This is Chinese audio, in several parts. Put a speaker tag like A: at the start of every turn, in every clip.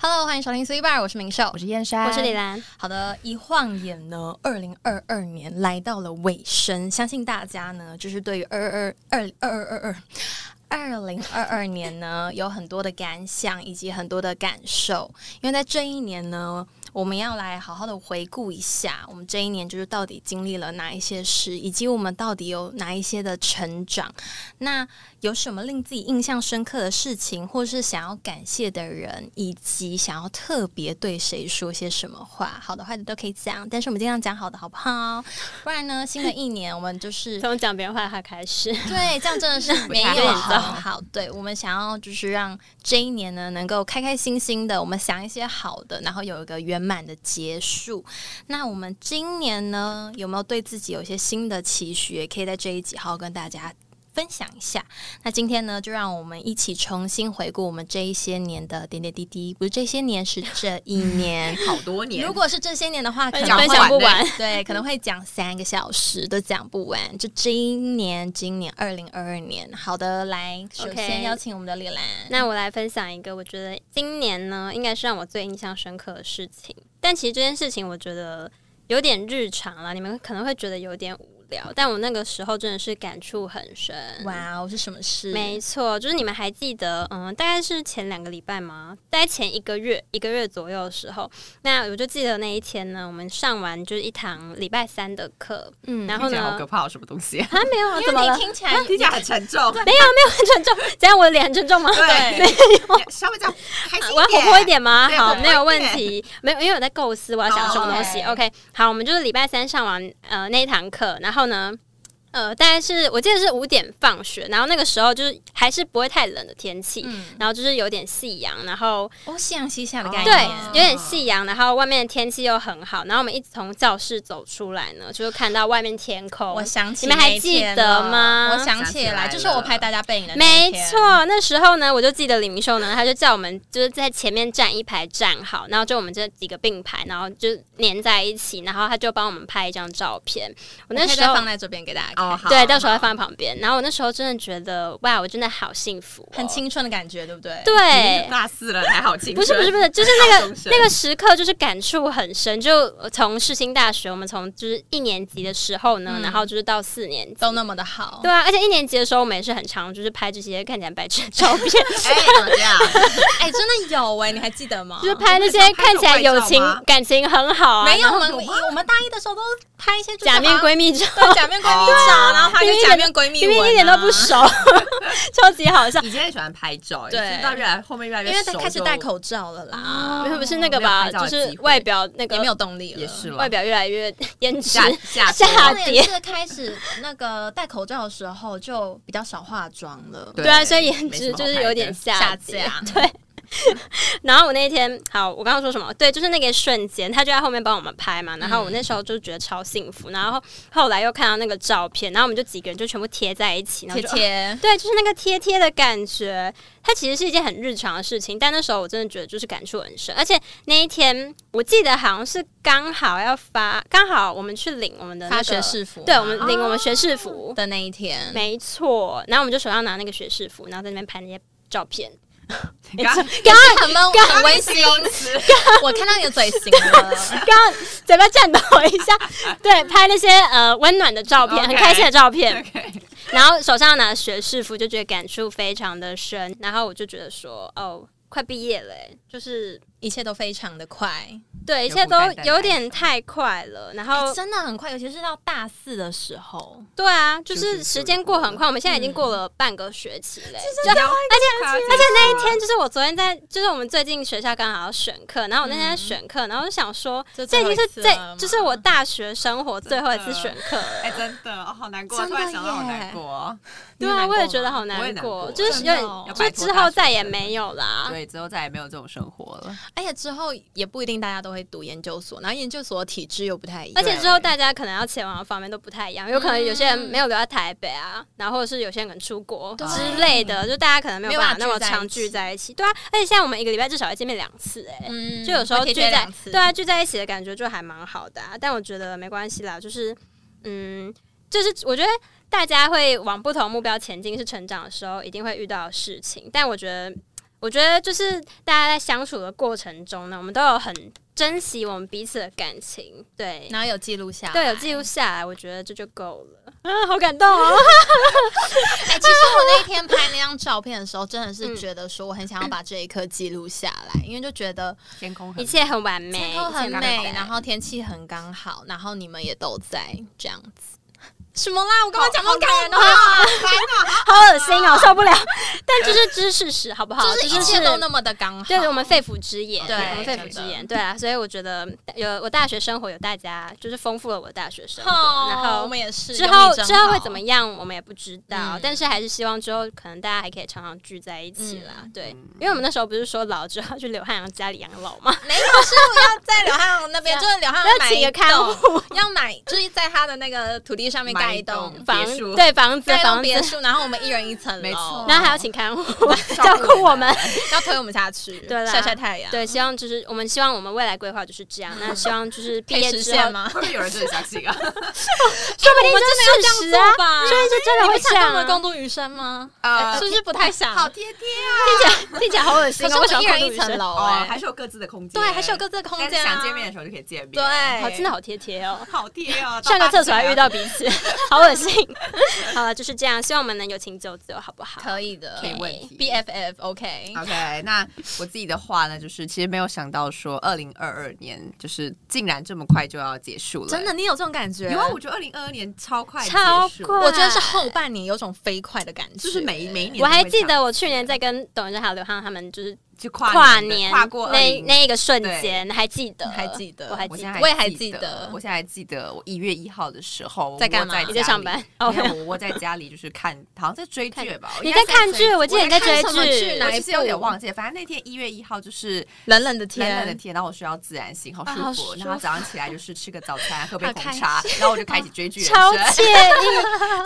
A: Hello，欢迎收听 C Bar，我是明秀
B: 我。是燕山，
C: 我是李兰，
A: 好的，一晃眼呢，二零二二年来到了尾声，相信大家呢，就是对于二二二二二二二。二零二二年呢，有很多的感想以及很多的感受，因为在这一年呢，我们要来好好的回顾一下，我们这一年就是到底经历了哪一些事，以及我们到底有哪一些的成长。那有什么令自己印象深刻的事情，或是想要感谢的人，以及想要特别对谁说些什么话，好的坏的都可以讲，但是我们尽量讲好的，好不好？不然呢，新的一年我们就是
C: 从讲别人坏话开始。
A: 对，这样真的是没
B: 太
A: 有啊
B: 好
A: 很好。对我们想要就是让这一年呢能够开开心心的，我们想一些好的，然后有一个圆满的结束。那我们今年呢有没有对自己有一些新的期许？也可以在这一集好好跟大家。分享一下，那今天呢，就让我们一起重新回顾我们这一些年的点点滴滴，不是这些年，是这一年。
B: 好多年
A: 如果是这些年的话，可 能
B: 讲
A: 会
C: 分享不完，
A: 对，可能会讲三个小时都讲不完。就今年，今年二零二二年，好的，来，首
C: OK
A: 先邀请我们的李兰。
C: 那我来分享一个，我觉得今年呢，应该是让我最印象深刻的事情。但其实这件事情，我觉得有点日常了，你们可能会觉得有点无聊，但我那个时候真的是感触很深。
A: 哇哦，是什么事？
C: 没错，就是你们还记得，嗯，大概是前两个礼拜吗？大概前一个月，一个月左右的时候，那我就记得那一天呢，我们上完就是一堂礼拜三的课，
A: 嗯然
C: 然
A: 后
C: 后
B: 听起来
C: 呢
B: 好可，怕，哦有什么东西？
C: 啊，没有啊，怎么了
A: 你？听起来
B: 听起来很沉重。
C: 没有没有很沉重，这样我的脸很沉重吗？
B: 对，稍微这样开心
C: 我要活泼一点吗？
B: 对
C: 好，
B: 活泼
C: 没有
B: 一
C: 问
B: 点
C: 题，没有，因为我在构思我要讲什么东西。
A: 哦
C: OK，好，我们就是礼拜三上完呃那一堂课，然后呢，呃，大概是我记得是五点放学，然后那个时候就是还是不会太冷的天气，
A: 嗯，
C: 然后就是有点夕阳，然后
A: 哦，夕阳西下的
B: 哦
A: 概
C: 对
A: 念，，
C: 有点夕阳，然后外面的天气又很好，然后我们一直从教室走出来呢，就是看到外面天空，
A: 我想起
C: 你们还
A: 那一天
C: 记得
A: 了
C: 吗
A: 我想起来，
B: 想起来
A: 就是我拍大家背影的那一
C: 没
A: 天
C: 错，那时候呢，我就记得李明秀呢，他就叫我们就是在前面站一排站好，然后就我们这几个并排，然后就粘在一起，然后他就帮我们拍一张照片。我
A: 我
C: 那
A: 可以
C: 时
A: 再
C: 候
A: 放在这边给大家看，
B: 哦，好，
C: 对，到时候会放在旁边。然后我那时候真的觉得，哇，我真的好幸福哦、
A: 很青春的感觉，对不对？
C: 对，
B: 大四了还好青
C: 哎
B: 春，
C: 不是不是不是，就是
B: 高
C: 那个
B: 中生
C: 那个时刻，就是感触很深。就从世新大学，我们从就是一年级的时候呢，
A: 嗯
C: 然后就是到四年级，
A: 都那么的好，
C: 对啊，而且一年级的时候，我们也是很常就是拍这些看起来很白痴的照片，
B: 哎，怎么这 样？
A: 哎，真的有哎，你还记得吗？
C: 就是拍那些看起来友情感情很好啊，
A: 没有，我
B: 然后
A: 们
B: 有吗
A: 我们大一的时候都拍一些就是
C: 假面
A: 好像
C: 闺蜜照，
A: 对，假面闺
B: 哦
A: 蜜照，啊然后还有假面闺蜜
C: 啊明
A: 文啊，
C: 明一点都不熟， 超级好笑。
B: 以前也喜欢拍照，
A: 对
B: 就是到越来后面越来越
A: 因为他
B: 熟
A: 开始
B: 就
A: 戴口罩了啦，
C: 没有不是那个
B: 没
C: 吧，
B: 有拍照
C: 就
B: 的
C: 是
B: 机会
C: 外表那
A: 也没
C: 个
A: 有动力了，
B: 也是了
C: 外，表越来越颜值
B: 下 下
C: 下
A: 重
C: 跌
A: 点是开始那个戴口罩的时候就比较少化妆了，
C: 对啊，所以颜值就是有点
A: 下
C: 下
A: 架
C: 跌。。 对。然后我那天好，我刚刚说什么？对，就是那个瞬间，他就在后面帮我们拍
A: 嗯
C: 嘛。然后我那时候就觉得超幸福。然后后来又看到那个照片，然后我们就几个人就全部贴在一起，然后
A: 贴
C: 就
A: 贴，
C: 对，就是那个贴贴的感觉，它其实是一件很日常的事情，但那时候我真的觉得就是感触很深，而且那一天我记得好像是刚好要发，刚好我们去领我们的、那
A: 他
C: 个
A: 学士服，哦
C: 对，我们领我们学士服，
A: 的那一天，
C: 没错，然后我们就手上拿那个学士服，然后在那边拍那些照片，
B: 刚 刚
A: 也是很闷，很温馨。
B: 词
A: 我看到你的嘴型了，
C: 刚刚嘴巴颤抖一下，对，拍那些呃温暖的照片，很开心的照片。
B: ，OK，
C: 然后手上拿学士服，就觉得感触非常的深。然后我就觉得说，哦，快毕业了欸、就是
A: 一切都非常的快，
C: 对，一
B: 有
C: 切
B: 股
C: 都
B: 淡淡的
C: 有
B: 哀
C: 点太快了。然后
A: 哎真的很快，尤其是到大四的时候，
C: 对啊，就
B: 就是是
C: 时
B: 就
C: 间
B: 是
C: 过
B: 过
C: 很快，我们现在已经
A: 嗯
C: 过了半个学期嘞、
B: 而且而且
C: 那一天就是我昨天在，就是我们最近学校刚好要选课，然后我那天在选课，然后我就想说，
A: 就最
C: 这已
A: 后
C: 经
A: 一
C: 是
A: 次
C: 最
A: 了
C: 就是我大学生活最后一次
B: 真的
C: 选课了。
B: 哎，真的，哦好难过，
A: 真
B: 突
A: 的
B: 然想到好
A: 耶
B: 难过哦，
C: 对啊，我也觉得
A: 好。
C: 好
B: 我也
C: 难
B: 难
C: 过，
B: 过
C: 就是有
A: 真的
C: 点
A: 哦，
B: 要
C: 就是
B: 摆脱
C: 之
B: 大
C: 后
B: 学
C: 再也
B: 生
C: 没有啦。
B: 所以之后再也没有这种生活了。
A: 而且之后也不一定大家都会读研究所，然后研究所的体制又不太一样，
C: 而且之后大家可能要前往的方面都不太一样，有可能有些人没有留在台北啊，然后或者是有些人可能出国
A: 嗯对
C: 之类的，就大家可能没有办法
A: 没
C: 那
A: 有
C: 么
A: 办法
C: 常
A: 聚
C: 聚在一起。对啊，而且现在我们一个礼拜至少要见面两次、欸，哎、
A: 嗯
C: 就有时候聚
A: 会贴贴
C: 在
A: 两次
C: 对啊聚在一起的感觉就还蛮好的、啊。但我觉得没关系啦，就是嗯，就是我觉得。大家会往不同目标前进，是成长的时候一定会遇到的事情。但我觉得我觉得就是大家在相处的过程中呢，我们都有很珍惜我们彼此的感情，对，
A: 然后有记录下来，
C: 对，有记录下来，我觉得这就够了啊，好感动哦！
A: 哎、其实我那一天拍那张照片的时候，真的
C: 嗯
A: 是觉得说我很想要把这一刻记录下来，因为就觉得
B: 天空 很
C: 一切很完美，
A: 哎 天空
C: 一
A: 很
C: 切完
A: 美，然后天气很刚好，然后你们也都在这样子。什么啦？我刚刚讲到感
C: 哦
A: 人的话，
B: 啊
C: 好恶心哦，受不了！ 但这是知识史，好不好？
A: 就是一
C: 这
A: 切都那么的刚好。
C: 对我们肺腑之言，
A: 对
C: 我们肺腑之言，对啊，所以我觉得有我大学生活有大家就是丰富了我的大学生活，然
A: 哦，
C: 后
A: 我们也是
C: 之后
A: 有你真
C: 之后会
A: 好
C: 怎么样，我们也不知道，
A: 嗯
C: 但是还是希望之后可能大家还可以常常聚在一起啦。对，因为我们那时候不是说老之后去刘汉阳家里养老吗？
A: 没有，是我要在刘汉宏那边，
C: 是啊
A: 就是刘汉
C: 要
A: 宏买
C: 请个
A: 一
C: 看
A: 栋，要买，就是在他的那个土地上面盖
B: 买
A: 一
B: 一栋
A: 栋，
C: 房
B: 别墅
C: 对房子
A: 盖一栋
C: 房
A: 别
C: 子，
A: 墅，然后我们一人一层楼，
B: 没错
C: 然后还要请看护 哦 照顾我们。
A: 要推我们下去，
C: 对啦
A: 晒晒太阳，
C: 对，希望就是我们希望我们未来规划就是这样。那希望就是
A: 可
C: 毕
A: 以
C: 业
A: 实
C: 之后，
A: 现
C: 说
A: 吗？
B: 会不会有人真的相 信啊？
C: 不定
A: 我们
C: 这
A: 真
C: 是事实
A: 的
C: 啊
A: 要这样做，吧？
C: 说不定是真的
A: 你
C: 会
A: 们
C: 这
A: 想跟
C: 样
A: 我
C: 啊。
A: 们共度余生吗？
B: 呃
A: 啊是，不是不太想？
B: 好贴贴啊！
C: 听起 来听起来好恶心
A: 可是
C: 哦，
A: 啊我
C: 为什
A: 们
C: 么
A: 一
C: 要
A: 人一
C: 共度余
A: 层
C: 生
A: 楼
B: 哦，
A: 哎，
B: 还是有各自的空间，
A: 对，还是有各自的空
B: 但是
A: 间啊。
B: 想见面的时候就可以见面，
A: 对，，
C: 好，真的
A: 好。
C: 好贴贴哦。
B: 好贴啊！
C: 上个厕所还遇
B: 到
C: 到彼此， 好恶心。好了，就是这样，希望我们能友情久久，好不好？
A: 可以的，
B: 没问题
A: B F F OK，
B: 八岁啊。OK，那我自己的话呢，就是其实没有想到说，二零二二年就是竟然这么快就要结束了，
A: 真的，你有这种感觉？
B: 因为我觉得二零二二年超快结束，
C: 超快，
A: 我觉得是后半年有种飞快的感觉，
B: 就是每一每一年都会这
C: 我
B: 样，
C: 还记得我去年在跟董仁珍还有刘汉他们就是
B: 就
C: 跨
B: 跨
C: 年
B: 的跨过
C: 那
B: 20
C: 那一个瞬间，还记得，
A: 还记得
C: 我还
B: 我
C: 记
B: 现
C: 得
B: 在
A: 我也还
B: 记
A: 记得
B: 我现在还记得我一月一号的时候
A: 在干嘛
B: 我
A: 我
B: 家
C: 你
B: 里
C: 在上班。哦
B: 没，有，我窝在家里就是看，好像在追剧吧。我
C: 你
B: 应
C: 在
B: 该
C: 看剧，
B: 追
C: 我记得你在追
A: 看什么剧
C: 剧
A: 呢
B: 我
A: 哪一
B: 其实有点
A: 部
B: 忘记了，反正那天一月一号就是
A: 冷冷的天，
B: 冷冷的天，然后我睡到自然醒，好舒
A: 啊好
B: 服。
A: 舒
B: 然后早上起来就是吃个早餐，喝杯
A: 好
B: 红
A: 开
B: 茶，然后我就开始追剧人
C: 超
B: 生。
C: 惬意。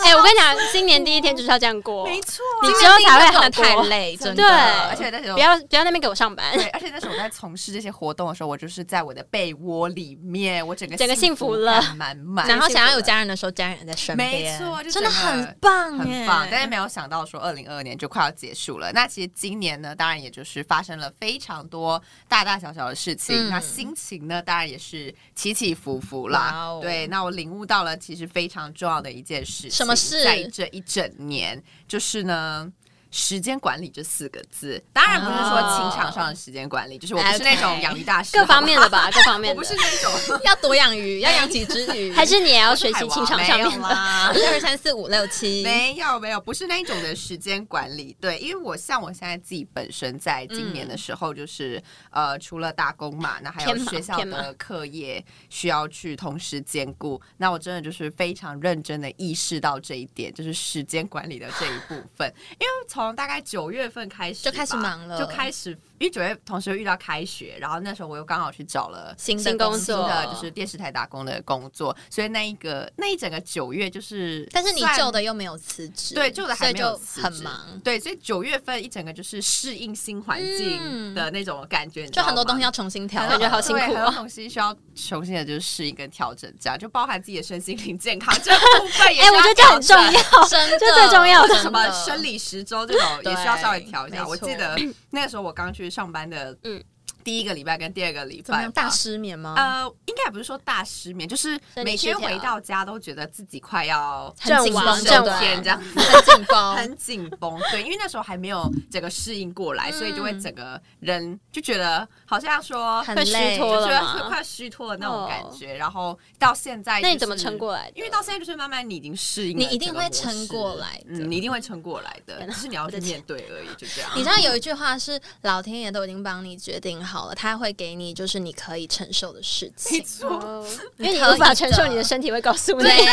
C: 哎，我跟你讲，今年第一天就是要这样过，
B: 没错
C: 你
A: 今
C: 只
A: 天
C: 有
A: 第一
C: 才
A: 天
C: 会好
A: 不能
C: 过
A: 太累，真
C: 对
A: 的。
B: 呃而且那时候
C: 不要不要那边给我上班，
B: 对，而且那时候我在从事这些活动的时候，我就是在我的被窝里面，我整个
C: 整个幸福了
B: 感满满。
A: 然后想要有家人的时候，家人也在身边，
B: 没错就
A: 真的
B: 整个
A: 很棒，
B: 很
C: 嗯
B: 棒，但是。没有想到说二零二二年就快要结束了。那其实今年呢，当然也就是发生了非常多大大小小的事情，
A: 嗯
B: 那心情呢，当然也是起起伏伏啦。
A: 哇哦
B: 对，那我领悟到了其实非常重要的一件事情，
A: 什么事
B: 在这一整年，就是呢。时间管理这四个字，当然不是说
A: 哦
B: 情场上的时间管理，就是我不是那种
A: OK
B: 养鱼大师，
C: 哦各方面的吧，各方
B: 我
C: 面
B: 不
C: 的
B: 是，那种
A: 要多养鱼，要养几只 鱼，
C: 还是你也要学习 情场上
B: 哎没有
C: 面的。
B: 啦，
A: 一二三四五六七？
B: 没有没有，不是那一种的时间管理。对，因为我像我现在自己本身在今年的时候，就是、呃，除了打工嘛，
A: 嗯
B: 那还有
C: 偏忙
B: 学校
C: 偏忙
B: 的课业需要去同时兼顾。那我真的就是非常认真的意识到这一点，就是时间管理的这一部分。因为从大概九月份开始
A: 就开始
B: 吧
A: 忙了
B: 就开始，因为九月同时又遇到开学，然后那时候我又刚好去找了。
A: 新
C: 新
A: 的
C: 工
A: 工
C: 作
B: 新的就是电视台打工的工作，所以那一个那一整个九月就是，
A: 但是你旧的又没有辞职，
B: 对，旧的
A: 所
B: 还
A: 以
B: 没有
A: 就
B: 辞
A: 很
B: 职
A: 忙，
B: 对，所以九月份一整个就是适应新环境
A: 嗯
B: 的那种感觉，你知
A: 就
B: 道
A: 很多
B: 吗
A: 东西要重新调
B: 很
A: 整，
B: 多
C: 感觉好辛
A: 啊
C: 苦
B: 对很
C: 哦
B: 多东西需要重新的就是适应跟调整，这样就包含自己的身心灵健康这部分 也
C: 哎，
B: 是要调整。
C: 我觉得这很重要，
A: 真的
C: 这 最重要的
B: 什么生
A: 理
B: 理时钟这种也需要稍微调一
A: 对
B: 下。
A: 没
B: 我记
A: 错
B: 得那个时候我刚去上班的，
C: 嗯
B: 嗯，第一个礼拜跟第二个礼
A: 怎么
B: 拜
A: 样？大
B: 吧
A: 失眠吗？
B: 呃，应该也不是说大失眠，就是
C: 生理
B: 每
C: 失
B: 天
C: 调
B: 回到家都觉得自己快要
A: 很紧绷，
C: 阵亡
A: 对
B: 升
A: 不对
B: 天这样子。
A: 很紧
C: 哦
A: 绷，
B: 很紧绷，对，因为那时候还没有整个适应过
C: 嗯
B: 来，所以就会整个人就觉得好像说
A: 很
C: 快
A: 累
C: 虚
B: 就
C: 脱
B: 觉
C: 了
B: 得会
C: 嘛。
B: 快虚脱的那种
C: 哦
B: 感觉，然后到现在、
C: 那你怎么撑？过来的？
B: 因为到现在就是慢慢你已经适应了
A: 你
B: 这个模式，
A: 一定会撑过来的
B: 嗯，你一定会撑过来的，
C: 天
B: 只
C: 哪
B: 是你要
C: 我的
B: 去
C: 天
B: 面对而已，就这样。
A: 你知道有一句话是老天爷都已经帮你决定好了，他会给你就是你可以承受的事
B: 没
A: 情。
B: 错，
C: 因为你
A: 可以
C: 无法承受，
A: 的
C: 你的身体会告诉你
A: 对，。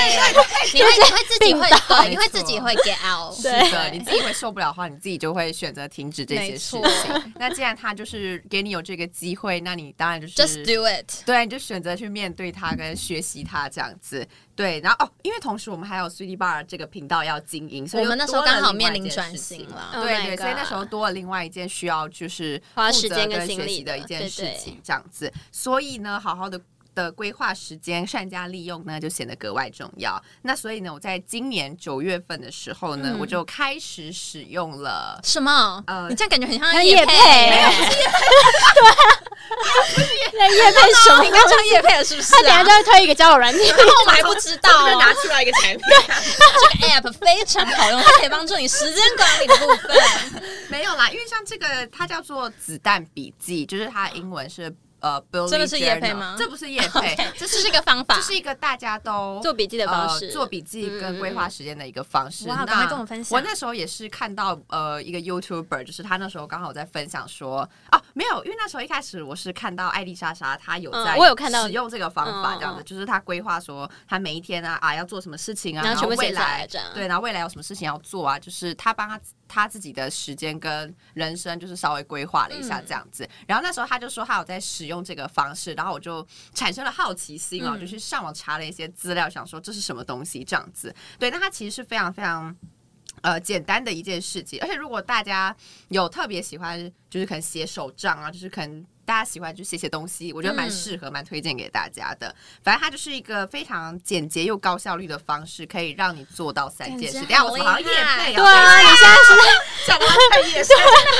A: 你会你会自己会对，你会自己会 get out。
C: 对
B: 是的，你自己会受不了的话，你自己就会选择停止这些
A: 没
B: 事
A: 错
B: 情。那既然他就是给你有这个机会，那你当然就是
A: ，just do it。
B: 对，你就选择去面对它跟学习它这样子。对，然后哦，因为同时我们还有 Sweetie Bar 这个频道要经营，所以
A: 我们
B: 又
A: 那时候
B: 多了
A: 刚好
B: 另外
A: 面
B: 一
A: 临
B: 件
A: 转
B: 事
A: 型
B: 情。
A: 了。
C: Oh
B: 对
C: my
B: 对，所以那
C: God
B: 时候多了另外一件需要就是
C: 花
B: 负
C: 时
B: 责
C: 间跟
B: 跟
C: 心
B: 学
C: 力
B: 习的
C: 的
B: 一件
C: 对
B: 事
C: 对
B: 情，这样子。所以呢，好好的的规划时间善加利用呢，就显得格外重要。那所以呢，我在今年九月份的时候呢，
A: 嗯
B: 我就开始使用了。
A: 什么？
B: 呃
A: 你这样感觉很
C: 那
A: 像
C: 业
A: 叶
C: 配没有
A: 对，
C: 那叶配什么
A: 你？
B: 啊
A: 刚上叶配了是不是、
C: 他等
A: 啊？
C: 下就要推一个交友软体，
A: 然后我们还不知道、
B: 就
A: 哦，
B: 拿出来一个产品，
A: 这个 app 非常好用，它可以帮助你时间管理的部分。
B: 没有啦，因为像这个它叫做子弹笔记，就是它英文是呃 b u l
A: 这个是业配吗
B: 这不是叶配，
A: 这是一个方法
B: 这是一个大家都
C: 做笔记的方式
B: 呃、做笔记跟规划时间的一个方
A: 嗯嗯
B: 式。
A: 嗯哇
B: 那
A: 赶快跟我分享
B: 我那时候也是看到呃一个 YouTuber，就是他那时候刚好在分享说啊，没有，因为那时候一开始我是看到艾丽莎莎她有在、
C: 嗯我有看到
B: 使用这个方法，
C: 嗯嗯
B: 这样子、就是她规划说她每一天啊啊要做什么事情啊，
C: 然
B: 然
C: 后全部
B: 未
C: 写下
B: 来
C: 来这样。
B: 对，然后未来有什么事情要做啊？就是他帮他他自己的时间跟人生，就是稍微规划了一
C: 嗯
B: 下这样子。然后那时候他就说他有在使用这个方式，然后我就产生了好奇心哦，
A: 嗯
B: 就去上网查了一些资料，想说这是什么东西这样子。对，那它其实是非常非常。呃，简单的一件事情，而且如果大家有特别喜欢，就是可能写手账啊，就是可能大家喜欢就写写东西，我觉得蛮
A: 嗯
B: 适合、蛮推荐给大家的。反正它就是一个非常简洁又高效率的方式，可以让你做到三件事。
A: 感觉
B: 等一下我怎么好
A: 好
B: 像
A: 厉
B: 夜
A: 害
B: 配啊？
C: 对啊，你现在是
B: 讲到太夜配，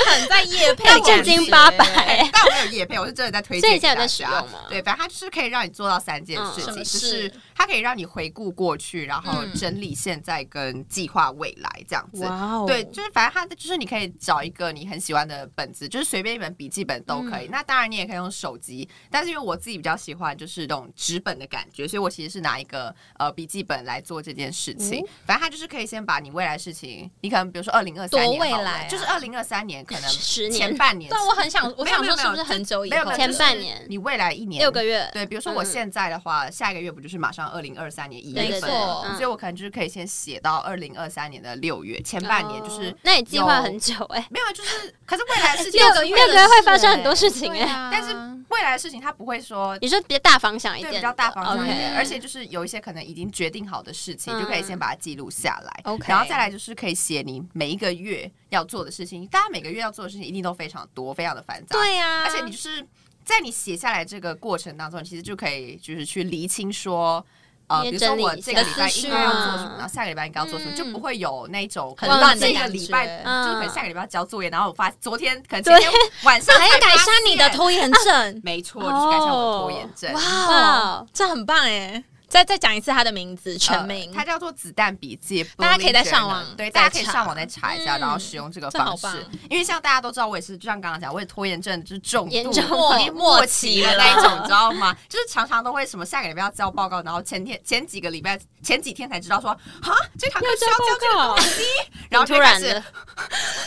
A: 很在叶配感
B: 但我
A: 觉，
B: 正经
C: 八百
B: 但我没有夜配，我是真的在推
C: 所以
B: 荐
C: 现在有
B: 给大
C: 在使
B: 家
C: 用吗。
B: 哎对，反正它就是可以让你做到三件事情，
A: 嗯
B: 就
A: 什么
B: 是
A: 事
B: 它可以让你回顾过去，然后
A: 嗯
B: 整理现在跟计划未来这样子。
C: 哦
B: 对，就是反正它就是你可以找一个你很喜欢的本子，就是随便一本笔记本都可以。那当然你也可以用手机，但是因为我自己比较喜欢就是那种纸本的感觉，所以我其实是拿一个呃笔记本来做这件事情。反正它就是可以先把你未来事情，你可能比如说二零二三
A: 多
B: 年好了
A: 未来啊
B: 就是二零二三年可能
C: 十
B: 前
C: 年
B: 半年，
A: 对，我很想，我
B: 没有
A: 想
B: 没
A: 说
B: 有没
A: 是
B: 有
A: 不是很久以
B: 没有
A: 后
B: 没有
C: 前
B: 就是
C: 半年
B: 你未来一年
C: 六个月，
B: 对，比如说我
C: 嗯
B: 现在的话，下一个月不就是马上二零二三年一
A: 对
B: 月
A: 没
B: 份
A: 错
B: 了，
C: 嗯
B: 所以我可能就是可以先写到二零二三年的六月前半年，就是
C: 哦那你计划很久哎，
B: 没有，啊就是可是未来 的事情
A: 六个月
C: 六个月会发生很
A: 哎
C: 多事情
A: 对
C: 哎。
A: 啊
B: 但是未来的事情他不会说。
C: 你说比较大方向一
B: 对，
C: 点，
B: 比较大方向一点
C: OK
B: 而且就是有一些可能已经决定好的事情，
C: 嗯
B: 就可以先把它记录下来。
A: OK
B: 然后再来就是可以写你每一个月要做的事情。大家每个月要做的事情一定都非常多，非常的繁杂。
A: 对呀，
B: 而且你就是在你写下来这个过程当中，你其实就可以就是去厘清说。呃，
C: 你也
B: 比如说
C: 整理
B: 我
C: 一
B: 这
C: 下
B: 个礼拜
A: 思绪
B: 应该要做什么
C: 啊，
B: 然后下个礼拜应该要做什么，
A: 嗯
B: 就不会有那种
A: 很
B: 可能
A: 乱
B: 这
A: 的
B: 个
A: 感
B: 礼拜
A: 觉
B: 就是可能
C: 嗯
B: 下个礼拜要交作业，然后我发昨天可能今
C: 对
B: 天晚 上
A: 还要
B: 才
A: 改
B: 发
A: 善你的
B: 现，
A: 拖延症，
B: 没错，就是改善我的拖
C: 哦
B: 延症。
A: 哇
C: 哇
A: 哦，这很棒哎！再再讲一次他的名字，全
B: 呃
A: 名，
B: 它叫做子弹笔记，
A: 大家可以
B: Berlin
A: 在上
B: Journal
A: 网
B: 对，
A: 再
B: 大家可以
A: 查
B: 上网再查一下，
A: 嗯
B: 然后使用这个
A: 这好
B: 方式
A: 棒。
B: 因为像大家都知道，我也是就像刚刚讲，我也拖延症就是重度
C: 严重
B: 已经末期的那一
A: 末
B: 种，
A: 期了
B: 你知道吗？ 就是常常都会什么下个礼拜要交报告，然后前天前几个礼拜前几天才知道说啊，这堂课需要交这个，
C: 报告，
B: 然后就
C: 突
B: 会开
C: 然
B: 始
C: 的，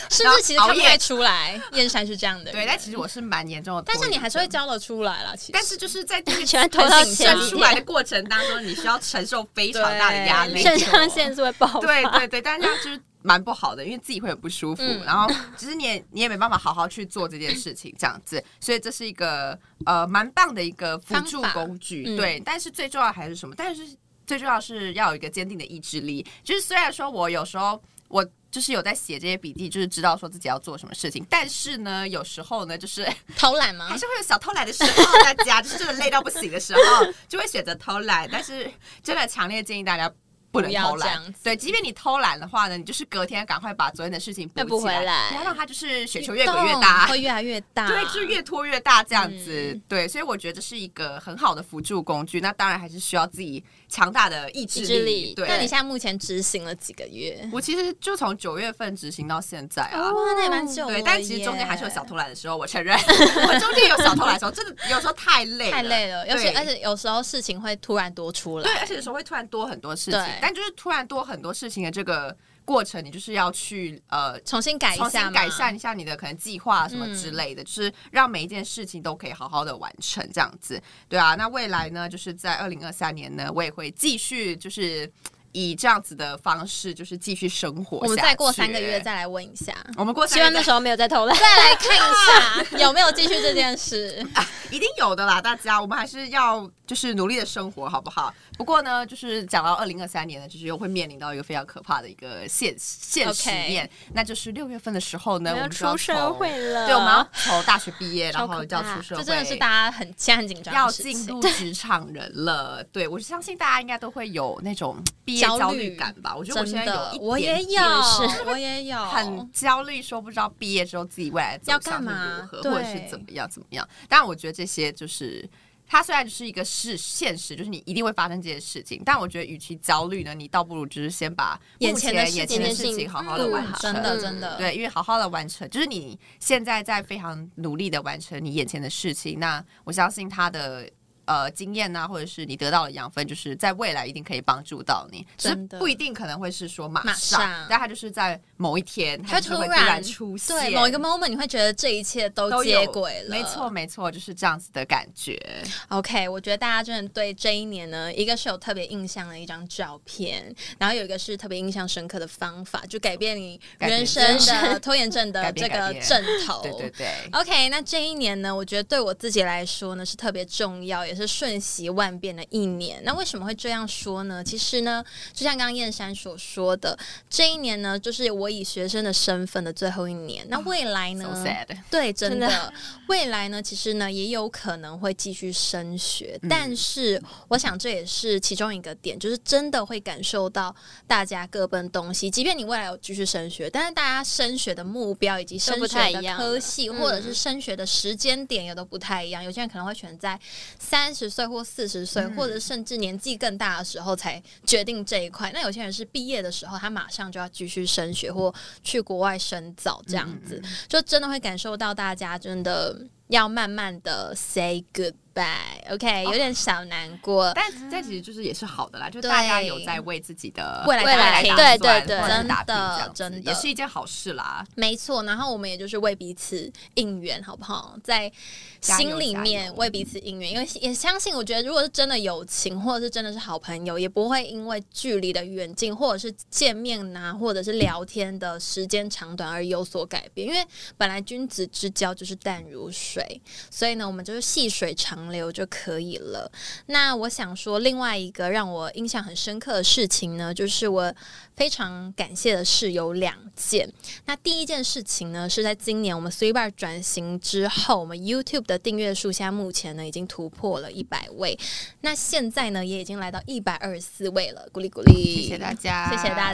A: 是
B: 然
A: 不
B: 后
A: 是其实看
B: 熬
A: 不
B: 夜
A: 太出来？燕山是这样的人，
B: 对，但其实我是蛮严重的，
A: 但是你还是会。交得出来啦，其实。
B: 但是就是 在这个
C: 喜欢拖到
B: 很
C: 前
B: 生
C: 几
B: 出来
C: 天
B: 的过程当中，你需要承受非常大的 压 力，
A: 对
C: 肾上腺素会爆发。
B: 对对对，但是这样就是蛮不好的，因为自己会很不舒服，
A: 嗯
B: 然后其实你也你也没办法好好去做这件事情，这样子，所以这是一个呃蛮棒的一个辅
A: 方
B: 助
A: 法
B: 工具，
A: 嗯
B: 对。但是最重要还是什么？但是最重要是要有一个坚定的意志力，就是虽然说我有时候我。就是有在写这些笔记，就是知道说自己要做什么事情，但是呢，有时候呢，就是
A: 偷懒吗
B: 还？是会有小偷懒的时候，大家就是真的累到不行的时候，就会选择偷懒。但是真的强烈建议大家不
A: 不
B: 能偷
A: 要这样
B: 懒
A: 子。
B: 对，即便你偷懒的话呢，你就是隔天赶快把昨天的事情
C: 再
B: 补
C: 补
B: 起
C: 回来
B: 不要让它就是雪球越滚越大。
A: 会越来越大，
B: 对，就是越拖越大这样子。
A: 嗯
B: 对，所以我觉得这是一个很好的辅助工具。那当然还是需要自己强大的意志力。
C: 意志力
B: 对，
A: 那你现在目前执行了几个月？
B: 我其实就从九月份执行到现在啊。
A: 哇，那也蛮久了耶。
B: 对，但其实中间还是有小偷懒的时候，我承认，我中间有小偷懒的时候，真的有时候太累，
A: 太累了，尤其
B: 对
A: 而且有时候事情会突然多出来
B: 对，。而且有时候会突然多很多事情
A: 对，
B: 但就是突然多很多事情的这个过程，你就是要去呃。
A: 重新改一
B: 重
A: 下嘛，
B: 新
A: 嗯
B: 改善一下你的可能计划什么之类的，就是让每一件事情都可以好好的完成，这样子，对啊。那未来呢，就是在二零二三年呢，我也会继续就是以这样子的方式，就是继续生活。
A: 我们再过三个月，再来问一下，
B: 我们过
C: 希
B: 三
C: 望
B: 个
C: 那
B: 月
C: 时候没有在偷 懒。
A: 再来看一下有没有继续这件事。
B: 一定有的啦，大家，我们还是要就是努力的生活，好不好？不过呢，就是讲到二零二三年呢，就是又会面临到一个非常可怕的一个现现实
C: OK
B: 面那就是六月份的时候呢，
C: 我
B: 我
C: 们要
B: 们就要
C: 出社
B: 从
C: 会了，
B: 对，我们要从大学毕业，
C: 超
B: 然
C: 可
B: 后就要
C: 怕
B: 出社会，
A: 这真的是大家很现在很紧张的
B: 要
A: 事
B: 进
A: 情
B: 入职场人了。对我相信大家应该都会有那种毕业
A: 焦虑
B: 焦虑感吧？我觉得我
A: 真
B: 现在有
A: 的
B: 一，
A: 我
B: 点
A: 也
B: 点
A: 有
C: 也，
A: 我也有，
B: 很焦虑，说不知道毕业之后自己未来的走
A: 哦要
B: 向
A: 干
B: 是
A: 嘛
B: 如何，
A: 对
B: 或者是怎么样怎么样。当然，我觉得这些就是它虽然是一个事现实，就是你一定会发生这些事情，但我觉得与其焦虑呢，你倒不如就是先把
A: 眼
B: 目
A: 前
B: 前
A: 的事
B: 眼
A: 情
B: 前的
C: 眼前
B: 事
C: 的
B: 情
C: 事
B: 好好
A: 嗯
B: 的完成。
A: 真的
C: 嗯
A: 真的，
B: 对，因为好好的完成，就是你现在在非常努力的完成你眼前的事情。那我相信他的呃经验呐、或者是你得到的养分，就是在未来一定可以帮助到你。只是
A: 真的
B: 不一定可能会是说马
A: 马
B: 上，
A: 上
B: 但他就是在某一天，
A: 它会
B: 他就会
A: 突
B: 突
A: 然
B: 出现，
A: 对某一个 moment，你会觉得这一切都
B: 都
A: 接
B: 有
A: 轨了，
B: 没错，。没错，就是这样子的感觉。
A: OK，我觉得大家真的对这一年呢，一个是有特别印象的一张照片，然后有一个是特别印象深刻的方法，就改变你
B: 改变
A: 人生
B: 人
A: 的拖延症的
B: 改
A: 这
B: 变改
A: 个
B: 变
A: 阵头。
B: 对对对。
A: OK，那这一年呢，我觉得对我自己来说呢是特别重要，也是瞬息万变的一年。那为什么会这样说呢？其实呢，就像刚刚燕山所说的，这一年呢，就是我以学生的身份的最后一年。那未来
B: So
A: 呢？
B: sad，
A: 对，真的，
C: 真的
A: 未来呢，其实呢也有可能会继续升学，但是我想这也是其中一个点，就是真的会感受到大家各奔东西。即便你未来有继续升学，但是大家升学的目标以及升
C: 不太
A: 学
C: 一
A: 的
C: 样
A: 科
C: 了
A: 系
C: 嗯
A: 或者是升学的时间点也都不太一样。有些人可能会选在三十岁或四十岁，
C: 嗯
A: 或者甚至年纪更大的时候才决定这一块。那有些人是毕业的时候，他马上就要继续升学或去国外深造 这
B: 嗯
A: 样子。就真的会感受到大家真的要慢慢的 say goodbye，OK，、有点小难过。
B: 但但其实就是也是好的啦，就
A: 对
B: 大家有在为自己的
A: 未来
B: 打
A: 打
B: 拼
A: 拼
C: 对
B: 算
C: 对对
B: 或者是打拼
A: 真的
B: 这样子
A: 真的
B: 也是一件好事啦。
A: 没错，然后我们也就是为彼此应援，好不好？在
B: 加油
A: 心里
B: 加
A: 面
B: 油
A: 为彼此应援，因为也相信，我觉得如果是真的友情，或者是真的是好朋友，也不会因为距离的远近，或者是见面呐、或者是聊天的时间长短而有所改变。因为本来君子之交就是淡如水，所以呢，我们就是细水长流就可以了。那我想说，另外一个让我印象很深刻的事情呢，就是我非常感谢的事有两件。那第一件事情呢，是在今年我们 s w e b a r 转型之后，我们 YouTube 的订阅数现在目前呢已经突破了一百位，那现在呢也已经来到一百二十四位了，鼓励鼓励，
B: 谢谢大家，
A: 谢谢大。家。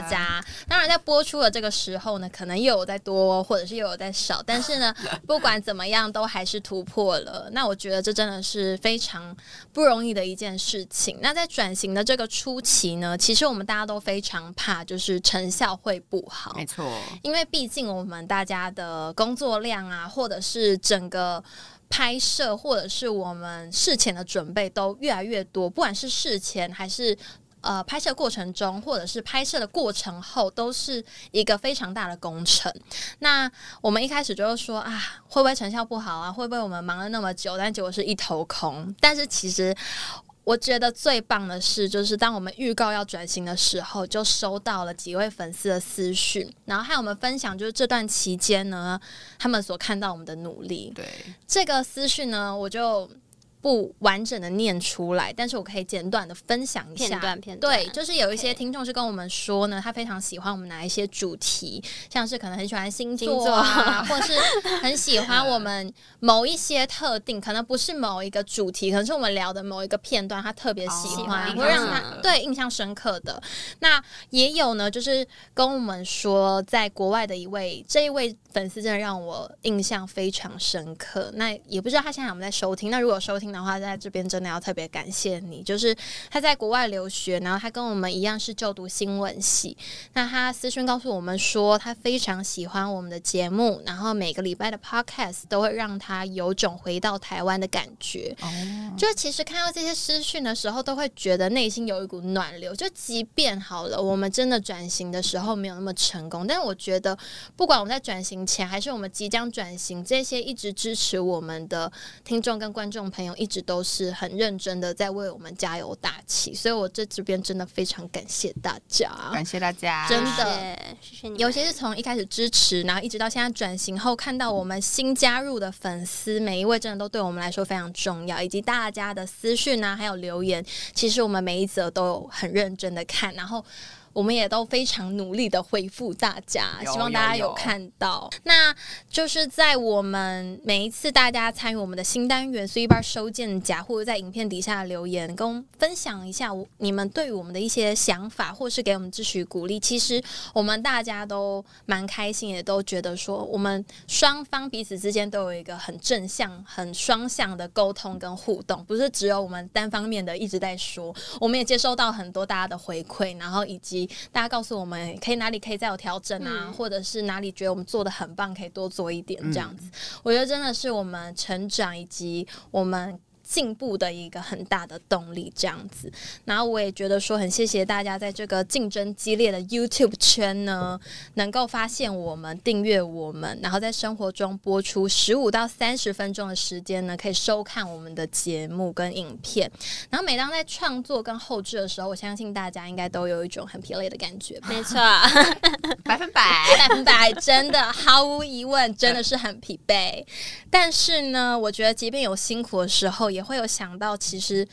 A: 当然，在播出的这个时候呢，可能又有在多，或者是又有在少，但是呢，不管怎么样，都还是突破了。那我觉得这真的是非常不容易的一件事情。那在转型的这个初期呢，其实我们大家都非常怕，就是成效会不好
B: 没。错，
A: 因为毕竟我们大家的工作量啊，或者是整个。拍摄或者是我们事前的准备都越来越多，不管是事前还是呃拍摄过程中，或者是拍摄的过程后，都是一个非常大的工程。那我们一开始就会说啊，会不会成效不好啊？会不会我们忙了那么久，但结果是一头空？但是其实我觉得最棒的是，就是当我们预告要转型的时候，就收到了几位粉丝的私讯，然后和我们分享，就是这段期间呢，他们所看到我们的努力。
B: 对，
A: 这个私讯呢，我就不完整的念出来，但是我可以简短的分享一下
C: 片段片段
A: 对，就是有一些
C: OK
A: 听众是跟我们说呢，他非常喜欢我们哪一些主题，像是可能很喜欢星
C: 星
A: 座
C: 座
A: 啊，或是很喜欢我们某一些特定，可能不是某一个主题，可能是我们聊的某一个片段，他特别喜欢，
C: 哦
A: 会让他
B: 印象深刻
A: 对印象深刻的。那也有呢，就是跟我们说，在国外的一位这一位粉丝真的让我印象非常深刻。那也不知道他现在有没有在收听。那如果收听的话，在这边真的要特别感谢你，就是他在国外留学，然后他跟我们一样是就读新闻系。那他私讯告诉我们说，他非常喜欢我们的节目，然后每个礼拜的 podcast 都会让他有种回到台湾的感觉。
B: 哦，
A: 就其实看到这些私讯的时候，都会觉得内心有一股暖流。就即便好了，我们真的转型的时候没有那么成功，但是我觉得，不管我们在转型前，还是我们即将转型，这些一直支持我们的听众跟观众朋友，一直都是很认真的在为我们加油打气，所以我在这边真的非常感谢大家。
B: 感谢大家，
A: 真的
C: 谢谢你们，
A: 尤其是从一开始支持，然后一直到现在转型后，看到我们新加入的粉丝，每一位真的都对我们来说非常重要，以及大家的私讯啊，还有留言，其实我们每一则都有很认真的看，然后。我们也都非常努力的回复大家，
B: 有
A: 希望大家
B: 有
A: 有
B: 有
A: 看到。那就是在我们每一次大家参与我们的新单元，所以一般收件夹或者在影片底下留言，跟我们分享一下我你们对于我们的一些想法，或是给我们支持与鼓励。其实我们大家都蛮开心，也都觉得说我们双方彼此之间都有一个很正向、很双向的沟通跟互动，不是只有我们单方面的一直在说。我们也接收到很多大家的回馈，然后以及大家告诉我们可以哪里可以再有调整啊，
C: 嗯
A: 或者是哪里觉得我们做的很棒，可以多做一点这样子。我觉得真的是我们成长以及我们。进步的一个很大的动力，这样子。然后我也觉得说，很谢谢大家在这个竞争激烈的 YouTube 圈呢，能够发现我们、订阅我们，然后在生活中播出十五到三十分钟的时间呢，可以收看我们的节目跟影片。然后每当在创作跟后置的时候，我相信大家应该都有一种很疲累的感觉吧。
C: 没错，
B: 百分百。
A: 百分百，真的毫无疑问，真的是很疲惫。但是呢，我觉得即便有辛苦的时候，也会有想到，其实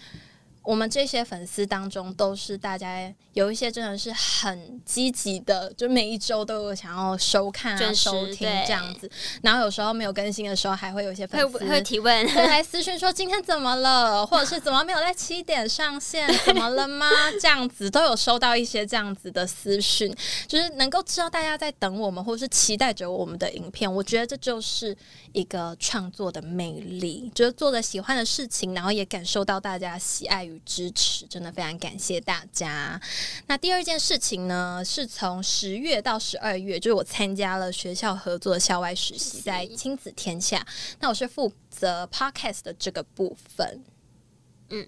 A: 我们这些粉丝当中，都是大家有一些真的是很积极的，就每一周都有想要收看啊、
C: 准时
A: 收听
C: 对
A: 这样子。然后有时候没有更新的时候，还会有一些粉
C: 会
A: 丝
C: 会提问，
A: 对，来私讯说今天怎么了，或者是怎么没有在七点上线，怎么了吗？这样子都有收到一些这样子的私讯，就是能够知道大家在等我们，或者是期待着我们的影片。我觉得这就是一个创作的魅力，就是做着喜欢的事情，然后也感受到大家的喜爱与支持，真的非常感谢大家。那第二件事情呢，是从十月到十二月，就是我参加了学校合作的校外实习，在亲子天下。那我是负责 podcast 的这个部分。嗯
C: 嗯，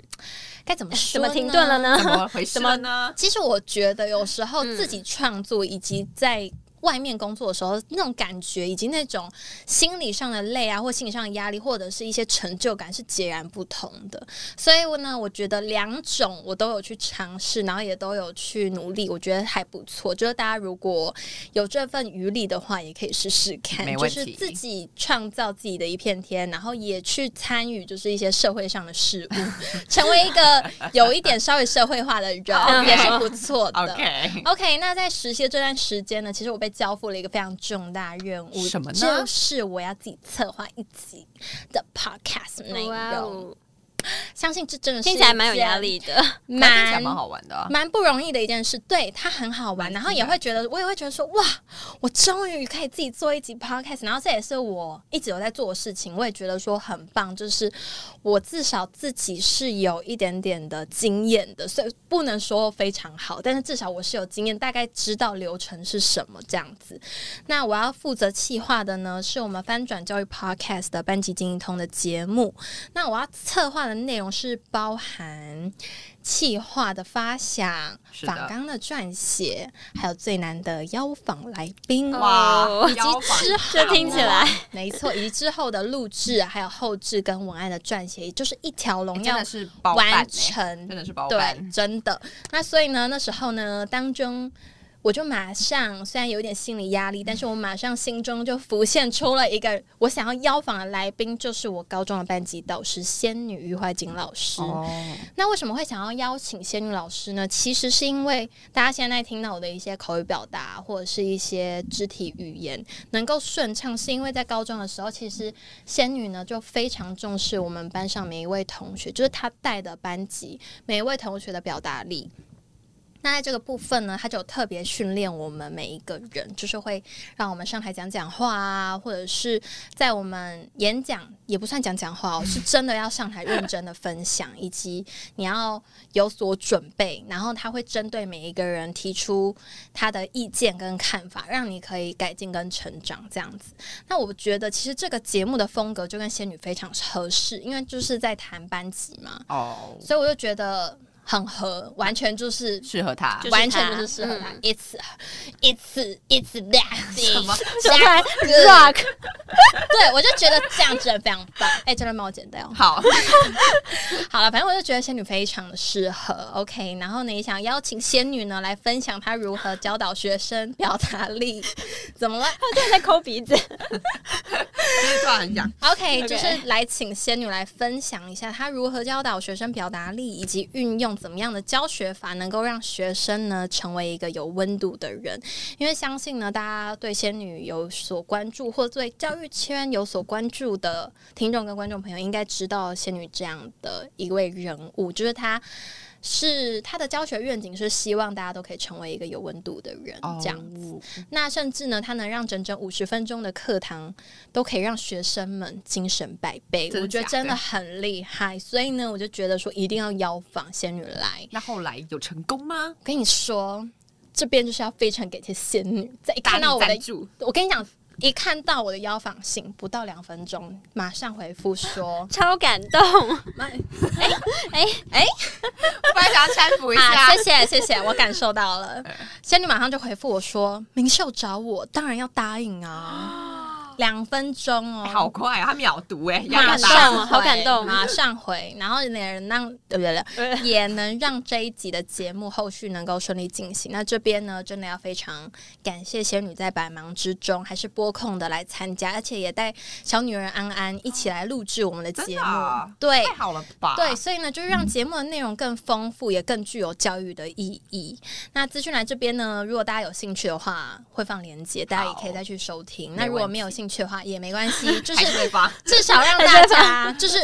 A: 该怎么
C: 怎
A: 说？
C: 么停顿了？
B: 怎
C: 呢？
B: 么回事了呢？
A: 其实我觉得有时候
C: 嗯
A: 自己创作以及在外面工作的时候，那种感觉以及那种心理上的累啊，或心理上的压力，或者是一些成就感是截然不同的。所以呢，我觉得两种我都有去尝试，然后也都有去努力，我觉得还不错。就是大家如果有这份余力的话，也可以试试看
B: 没，
A: 就
B: 问
A: 是
B: 题
A: 自己创造自己的一片天，然后也去参与就是一些社会上的事物，成为一个有一点稍微社会化的人
B: OK
A: 也是不错的。
B: OK，
A: OK，那在实习的这段时间呢，其实我被交付了一个非常重大任务，
B: 什么呢
A: 就是我要自己策划一集的 podcast 内
C: 哇
A: 容。
C: 哦，
A: 相信这真的是
C: 听起来蛮有
A: 一件
C: 压，力的，
B: 那听起来
A: 蛮
B: 蛮好玩的啊。
A: 蛮不容易的一件事。对，它很好玩，
B: 蛮
A: 然后
B: 自
A: 也
B: 然
A: 会觉得，我也会觉得说，哇，我终于可以自己做一集 podcast，然后这也是我一直有在做的事情，我也觉得说很棒，就是我至少自己是有一点点的经验的，所以不能说非常好，但是至少我是有经验，大概知道流程是什么这样子。那我要负责企划的呢，是我们翻转教育 podcast 的班级精英通的节目，那我要策划的内容是包含企划的发想、
B: 是的
A: 访纲的撰写，还有最难的邀访来宾。
B: 哇
C: 哦，
B: 腰板
A: 之
C: 这听起来
A: 没错，以及之后的录制，还有后置跟文案的撰写，也就是一条龙
B: 哎真
A: 要
B: 的是包办
A: 完
B: 欸，
A: 成
B: 真的是包
A: 对，
B: 办。
A: 真的。那所以呢，那时候呢，当中我就马上，虽然有点心理压力，但是我马上心中就浮现出了一个我想要邀访的来宾，就是我高中的班级导师仙女于怀瑾老师。
B: 哦，
A: 那为什么会想要邀请仙女老师呢？其实是因为大家现在听到我的一些口语表达或者是一些肢体语言能够顺畅，是因为在高中的时候，其实仙女呢就非常重视我们班上每一位同学，就是她带的班级每一位同学的表达力。那在这个部分呢，他就有特别训练我们每一个人，就是会让我们上台讲讲话啊，或者是在我们演讲也不算讲讲话哦，是真的要上台认真的分享，以及你要有所准备，然后他会针对每一个人提出他的意见跟看法，让你可以改进跟成长这样子。那我觉得其实这个节目的风格就跟仙女非常合适，因为就是在谈班级嘛，
B: 哦，
A: 所以我就觉得很合，完全就是
B: 适合他
C: 就。是
A: 完全
C: 他
A: 就是适合他
C: 嗯。
A: It's it's it's that
B: 什么
C: 什么
A: rock？对，我就觉得这样真的非常棒。哎，这段帮我剪掉。
B: 好，
A: 好了，反正我就觉得仙女非常的适合，OK。然后呢，也想邀请仙女呢来分享她如何教导学生表达力， 怎么了
C: 在抠鼻子，
B: 就是突然很想，
A: ？OK，
C: OK
A: 就是来请仙女来分享一下她如何教导学生表达力，以及运用怎么样的教学法能够让学生呢成为一个有温度的人。因为相信呢，大家对仙女有所关注，或对教育圈有所关注的听众跟观众朋友，应该知道仙女这样的一位人物，就是她是她的教学愿景是希望大家都可以成为一个有温度的人，
B: 哦
A: 这样。
B: 子。
A: 那甚至呢，她能让整整五十分钟的课堂都可以让学生们精神百倍，
B: 真的
A: 我觉得
B: 假
A: 真的
B: 的
A: 很厉害。所以呢，我就觉得说一定要邀访仙女来。
B: 那后来有成功吗？
A: 我跟你说，这边就是要非常感谢仙女，在一看到我
B: 大
A: 的
B: 力赞助，
A: 我跟你讲，一看到我的邀访信，不到两分钟，马上回复说
C: 超感动。
B: 我本来想要搀扶一下嗯
A: 啊，，谢谢谢谢，我感受到 了。仙女马上就回复我说，明秀找我，当然要答应 啊。两分钟哦，
B: 哎好快啊，他秒读哎，压力
A: 马
B: 好大
A: 上回
C: 好感动
A: 马上回，然后也能让对不对？也能让这一集的节目后续能够顺利进行。那这边呢，真的要非常感谢仙女在百忙之中还是拨空的来参加，而且也带小女儿安安一起来录制我们的节
B: 真
A: 目。
B: 的啊
A: 对
B: 太好了吧？
A: 对，，所以呢，就是让节目的内容更丰富，也更具有教育的意义。那资讯栏这边呢，如果大家有兴趣的话，会放链接，大家也可以再去收听。那如果没有兴趣的话，也没关系，就是
B: 还 是对方。
A: 至少让大 家就是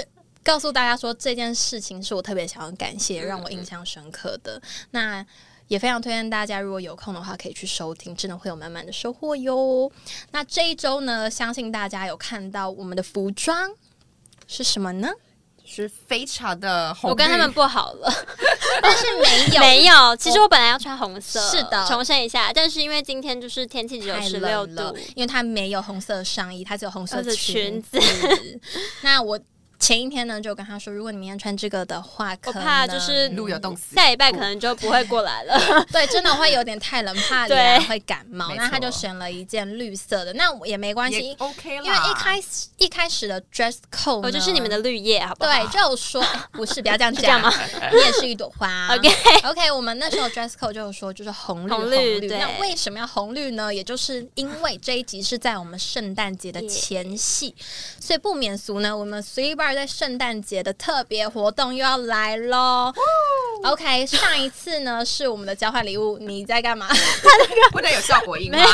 A: 告诉大家说这件事情是我特别想要感谢，
C: 嗯
A: 让我印象深刻的。那也非常推荐大家，如果有空的话，可以去收听，真的会有满满的收获哟。那这一周呢，相信大家有看到我们的服装是什么呢？
B: 是非常的红绿，
C: 我跟他们不好了，
A: 但是没有， 哦
C: 没有。其实我本来要穿红色，
A: 是的
C: 重申一下。但是因为今天就是天气只有
A: 太
C: 十六
A: 冷了
C: 度，，
A: 因为它没有红色上衣，它只有红色
C: 而且
A: 裙
C: 裙
A: 子。 那我前一天呢，就跟他说，如果你明天穿这个的话，
C: 我
A: 可
C: 怕
A: 能
C: 就是
B: 路有冻死。
C: 下礼拜可能就不会过来了。
A: 对，真的会有点太冷， 怕凉
C: 对
A: 会感冒。
B: 没
A: 那他就
B: 错
A: 选了一件绿色的，那我也没关系，
B: 也
A: 因
B: OK 啦，
A: 因为一开始一开始的 dress code
C: 我哦就是你们
A: 呢
C: 的绿叶，好不好？
A: 对，就有说、哎不是，不要这样
C: 这
A: 讲
C: 样吗，
A: 你也是一朵花。
C: OK
A: OK，我们那时候 dress code 就有说就是红绿
C: 红绿
A: 绿
C: 对
A: 那为什么要红绿呢？也就是因为这一集是在我们圣诞节的
C: Yeah
A: 前夕所以不免俗呢，我们 Three Bar 在圣诞节的特别活动又要来喽。OK，上一次呢是我们的交换礼物，你在 干嘛？
B: 不能有效果音吗
C: 没？